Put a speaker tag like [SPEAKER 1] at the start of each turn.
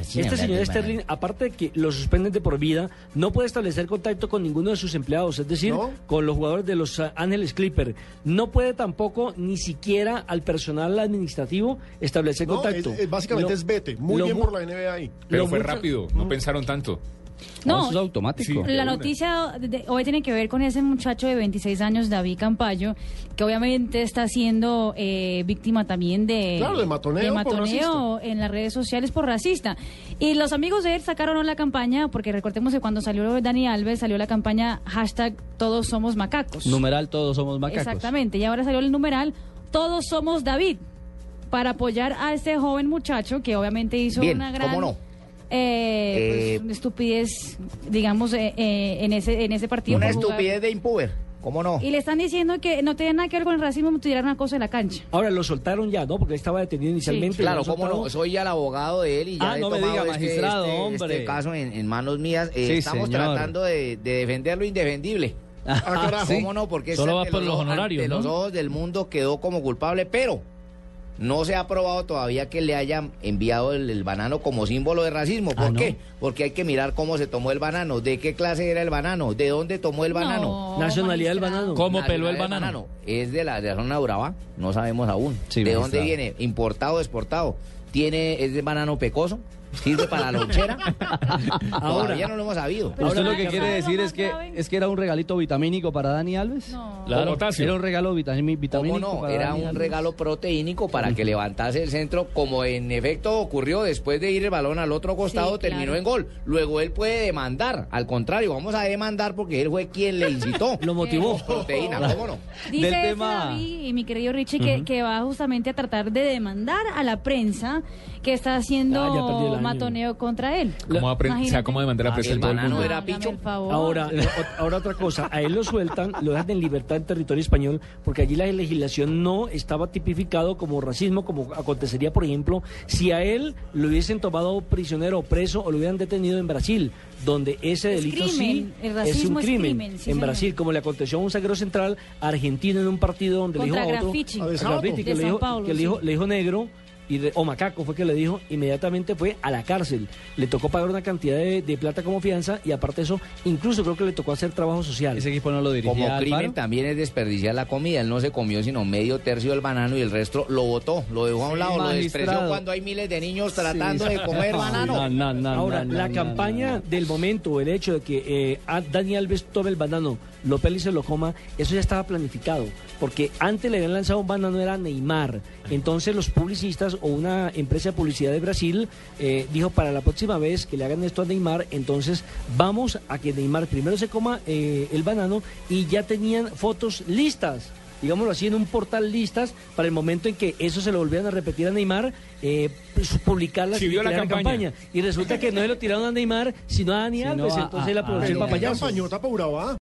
[SPEAKER 1] Sin este señor Sterling, aparte de que lo suspenden de por vida, no puede establecer contacto con ninguno de sus empleados, es decir,
[SPEAKER 2] ¿No?
[SPEAKER 1] con los jugadores de los ah, Ángeles Clipper. No puede tampoco ni siquiera al personal administrativo establecer
[SPEAKER 2] No,
[SPEAKER 1] contacto.
[SPEAKER 2] es- es- básicamente
[SPEAKER 1] Lo-
[SPEAKER 2] es vete. Muy
[SPEAKER 1] lo
[SPEAKER 2] bien
[SPEAKER 1] mu-
[SPEAKER 2] por la NBA ahí.
[SPEAKER 3] Pero
[SPEAKER 1] Lo
[SPEAKER 3] fue
[SPEAKER 1] mucho-
[SPEAKER 3] rápido, no pensaron tanto.
[SPEAKER 4] No,
[SPEAKER 5] eso es automático.
[SPEAKER 3] Sí.
[SPEAKER 4] La
[SPEAKER 3] una.
[SPEAKER 4] noticia de hoy tiene que ver con ese muchacho de 26 años, David Campayo, que obviamente está siendo eh, víctima también de,
[SPEAKER 2] Claro, de matoneo por
[SPEAKER 4] matoneo en las redes sociales por racista. Y los amigos de él sacaron la campaña, porque recordemos que cuando salió Dani Alves, salió la campaña hashtag todos somos macacos.
[SPEAKER 5] Numeral, todos somos macacos.
[SPEAKER 4] Exactamente, y ahora salió el numeral todos somos David, para apoyar a este joven muchacho que obviamente hizo
[SPEAKER 6] Bien,
[SPEAKER 4] una gran...
[SPEAKER 6] ¿cómo no?
[SPEAKER 4] eh, pues,
[SPEAKER 6] Eh,
[SPEAKER 4] estupidez, digamos, eh, eh, en ese en ese partido.
[SPEAKER 6] Una
[SPEAKER 4] por jugar.
[SPEAKER 6] estupidez de impuber. ¿Cómo no?
[SPEAKER 4] Y le están diciendo que no tiene nada que ver con el racismo, tirar una cosa de la cancha.
[SPEAKER 1] Ahora lo soltaron ya, ¿no? Porque estaba detenido inicialmente.
[SPEAKER 4] Sí.
[SPEAKER 1] y lo
[SPEAKER 6] Claro,
[SPEAKER 1] han
[SPEAKER 6] cómo
[SPEAKER 1] soltado.
[SPEAKER 6] no, soy ya el abogado de él y ya
[SPEAKER 5] Ah,
[SPEAKER 6] he
[SPEAKER 5] no me
[SPEAKER 6] tomado
[SPEAKER 5] diga,
[SPEAKER 6] este-
[SPEAKER 5] magistrado,
[SPEAKER 6] este,
[SPEAKER 5] hombre.
[SPEAKER 6] este caso en, en manos mías. Eh,
[SPEAKER 5] Sí,
[SPEAKER 6] estamos
[SPEAKER 5] señor.
[SPEAKER 6] tratando de, de defender lo indefendible.
[SPEAKER 2] Ah, carajo.
[SPEAKER 6] ¿Cómo no? Porque
[SPEAKER 5] Solo
[SPEAKER 6] ese
[SPEAKER 5] va
[SPEAKER 6] ante
[SPEAKER 5] por los
[SPEAKER 6] ojos-
[SPEAKER 5] honorarios,
[SPEAKER 6] ante
[SPEAKER 5] ¿no?
[SPEAKER 6] los ojos del mundo quedó como culpable, pero no se ha probado todavía que le hayan enviado el, el banano como símbolo de racismo.
[SPEAKER 5] Ah,
[SPEAKER 6] ¿Por qué? Porque hay que mirar cómo se tomó el banano, de qué clase era el banano, de dónde tomó el banano.
[SPEAKER 4] No,
[SPEAKER 1] Nacionalidad del
[SPEAKER 4] magistrado.
[SPEAKER 1] banano.
[SPEAKER 5] ¿Cómo
[SPEAKER 6] La
[SPEAKER 5] peló el
[SPEAKER 6] realidad del
[SPEAKER 5] banano?
[SPEAKER 6] Es de la, de la zona de Urabá, no sabemos aún.
[SPEAKER 5] Sí,
[SPEAKER 6] ¿De
[SPEAKER 5] magistrado.
[SPEAKER 6] dónde viene? ¿Importado, exportado? ¿Tiene, ¿Es de banano pecoso? ¿Sirve para la lonchera?
[SPEAKER 1] Ahora.
[SPEAKER 6] Todavía no lo hemos sabido.
[SPEAKER 4] Pero
[SPEAKER 5] ¿Usted
[SPEAKER 4] no
[SPEAKER 5] lo que
[SPEAKER 4] sabe
[SPEAKER 5] quiere
[SPEAKER 4] lo
[SPEAKER 5] decir
[SPEAKER 4] más
[SPEAKER 5] es que,
[SPEAKER 4] grave.
[SPEAKER 5] es que era un regalito vitamínico para Dani Alves?
[SPEAKER 4] No.
[SPEAKER 3] Claro. Potasio.
[SPEAKER 5] Era un regalo vitami-
[SPEAKER 6] ¿Cómo
[SPEAKER 5] vitamínico.
[SPEAKER 6] no?
[SPEAKER 5] para
[SPEAKER 6] Era
[SPEAKER 5] Dani
[SPEAKER 6] un
[SPEAKER 5] Alves.
[SPEAKER 6] regalo proteínico para que levantase el centro, como en efecto ocurrió después de ir el balón al otro costado,
[SPEAKER 4] Sí, claro.
[SPEAKER 6] terminó en gol. Luego él puede demandar, al contrario, vamos a demandar porque él fue quien le incitó.
[SPEAKER 1] Lo motivó.
[SPEAKER 6] Proteína, ¿cómo no?
[SPEAKER 4] Dice
[SPEAKER 5] Del
[SPEAKER 4] ese
[SPEAKER 5] tema-
[SPEAKER 4] David y mi querido Richie que, que va justamente a tratar de demandar a la prensa que está
[SPEAKER 1] Ah, ya perdí el
[SPEAKER 4] haciendo
[SPEAKER 1] año.
[SPEAKER 4] matoneo contra él.
[SPEAKER 3] ¿Cómo va a pre- o sea,
[SPEAKER 4] Imagínate.
[SPEAKER 3] ¿cómo va a demandar a
[SPEAKER 6] Ah,
[SPEAKER 3] presa
[SPEAKER 6] el
[SPEAKER 3] de todo el
[SPEAKER 6] banano
[SPEAKER 3] mundo?
[SPEAKER 6] era-
[SPEAKER 4] Hágame
[SPEAKER 6] picho.
[SPEAKER 4] el favor.
[SPEAKER 1] Ahora, lo- ot- ahora otra cosa, a él lo sueltan, lo dejan en libertad en territorio español, porque allí la legislación no estaba tipificado como racismo, como acontecería, por ejemplo, si a él lo hubiesen tomado prisionero o preso o lo hubieran detenido en Brasil, donde ese
[SPEAKER 4] Es
[SPEAKER 1] delito
[SPEAKER 4] crimen,
[SPEAKER 1] sí
[SPEAKER 4] el
[SPEAKER 1] es un
[SPEAKER 4] racismo es
[SPEAKER 1] crimen.
[SPEAKER 4] crimen, sí,
[SPEAKER 1] en
[SPEAKER 4] señor.
[SPEAKER 1] Brasil, como le aconteció a un zaguero central argentino en un partido donde
[SPEAKER 4] Contra
[SPEAKER 1] le dijo a otro,
[SPEAKER 4] Graffiti.
[SPEAKER 2] A ver,
[SPEAKER 1] a
[SPEAKER 2] Sao
[SPEAKER 1] Graffiti,
[SPEAKER 2] Paulo.
[SPEAKER 1] que,
[SPEAKER 4] De
[SPEAKER 1] le
[SPEAKER 4] Sao
[SPEAKER 1] dijo,
[SPEAKER 4] Paulo,
[SPEAKER 1] que le
[SPEAKER 4] sí.
[SPEAKER 1] dijo- le dijo negro y de- o macaco fue que le dijo, inmediatamente fue a la cárcel. Le tocó pagar una cantidad de, de plata como fianza y aparte de eso, incluso creo que le tocó hacer trabajo social.
[SPEAKER 5] Ese equipo no lo dirigía
[SPEAKER 6] Como crimen
[SPEAKER 5] Alfaro.
[SPEAKER 6] también es desperdiciar la comida. Él no se comió sino medio tercio del banano y el resto lo botó, lo dejó a un
[SPEAKER 5] Sí,
[SPEAKER 6] lado, lo despreció
[SPEAKER 5] magistrado.
[SPEAKER 6] cuando hay miles de niños tratando
[SPEAKER 5] Sí.
[SPEAKER 6] de comer
[SPEAKER 5] No,
[SPEAKER 6] banano.
[SPEAKER 5] no, no, no,
[SPEAKER 1] Ahora,
[SPEAKER 5] no,
[SPEAKER 1] la
[SPEAKER 5] no,
[SPEAKER 1] campaña
[SPEAKER 5] no, no.
[SPEAKER 1] del momento, el hecho de que eh, a- Dani Alves tome el banano, lo pele y se lo coma, eso ya estaba planificado. Porque antes le habían lanzado un banano, era Neymar. Entonces, los publicistas o una empresa de publicidad de Brasil eh, dijo: para la próxima vez que le hagan esto a Neymar, entonces vamos a que Neymar primero se coma eh, el banano y ya tenían fotos listas digámoslo así, en un portal listas para el momento en que eso se lo volvieran a repetir a Neymar, eh, pues, publicarlas
[SPEAKER 3] Sí,
[SPEAKER 1] y
[SPEAKER 3] vio la
[SPEAKER 1] crear
[SPEAKER 3] campaña.
[SPEAKER 1] Y resulta que no se lo tiraron a Neymar, sino a Dani
[SPEAKER 5] Sino
[SPEAKER 1] Alves.
[SPEAKER 5] a-
[SPEAKER 1] entonces
[SPEAKER 5] a-
[SPEAKER 1] él aprovechó
[SPEAKER 5] a-
[SPEAKER 1] el
[SPEAKER 2] Pero qué
[SPEAKER 1] papayazo.
[SPEAKER 2] campañota para Urabá.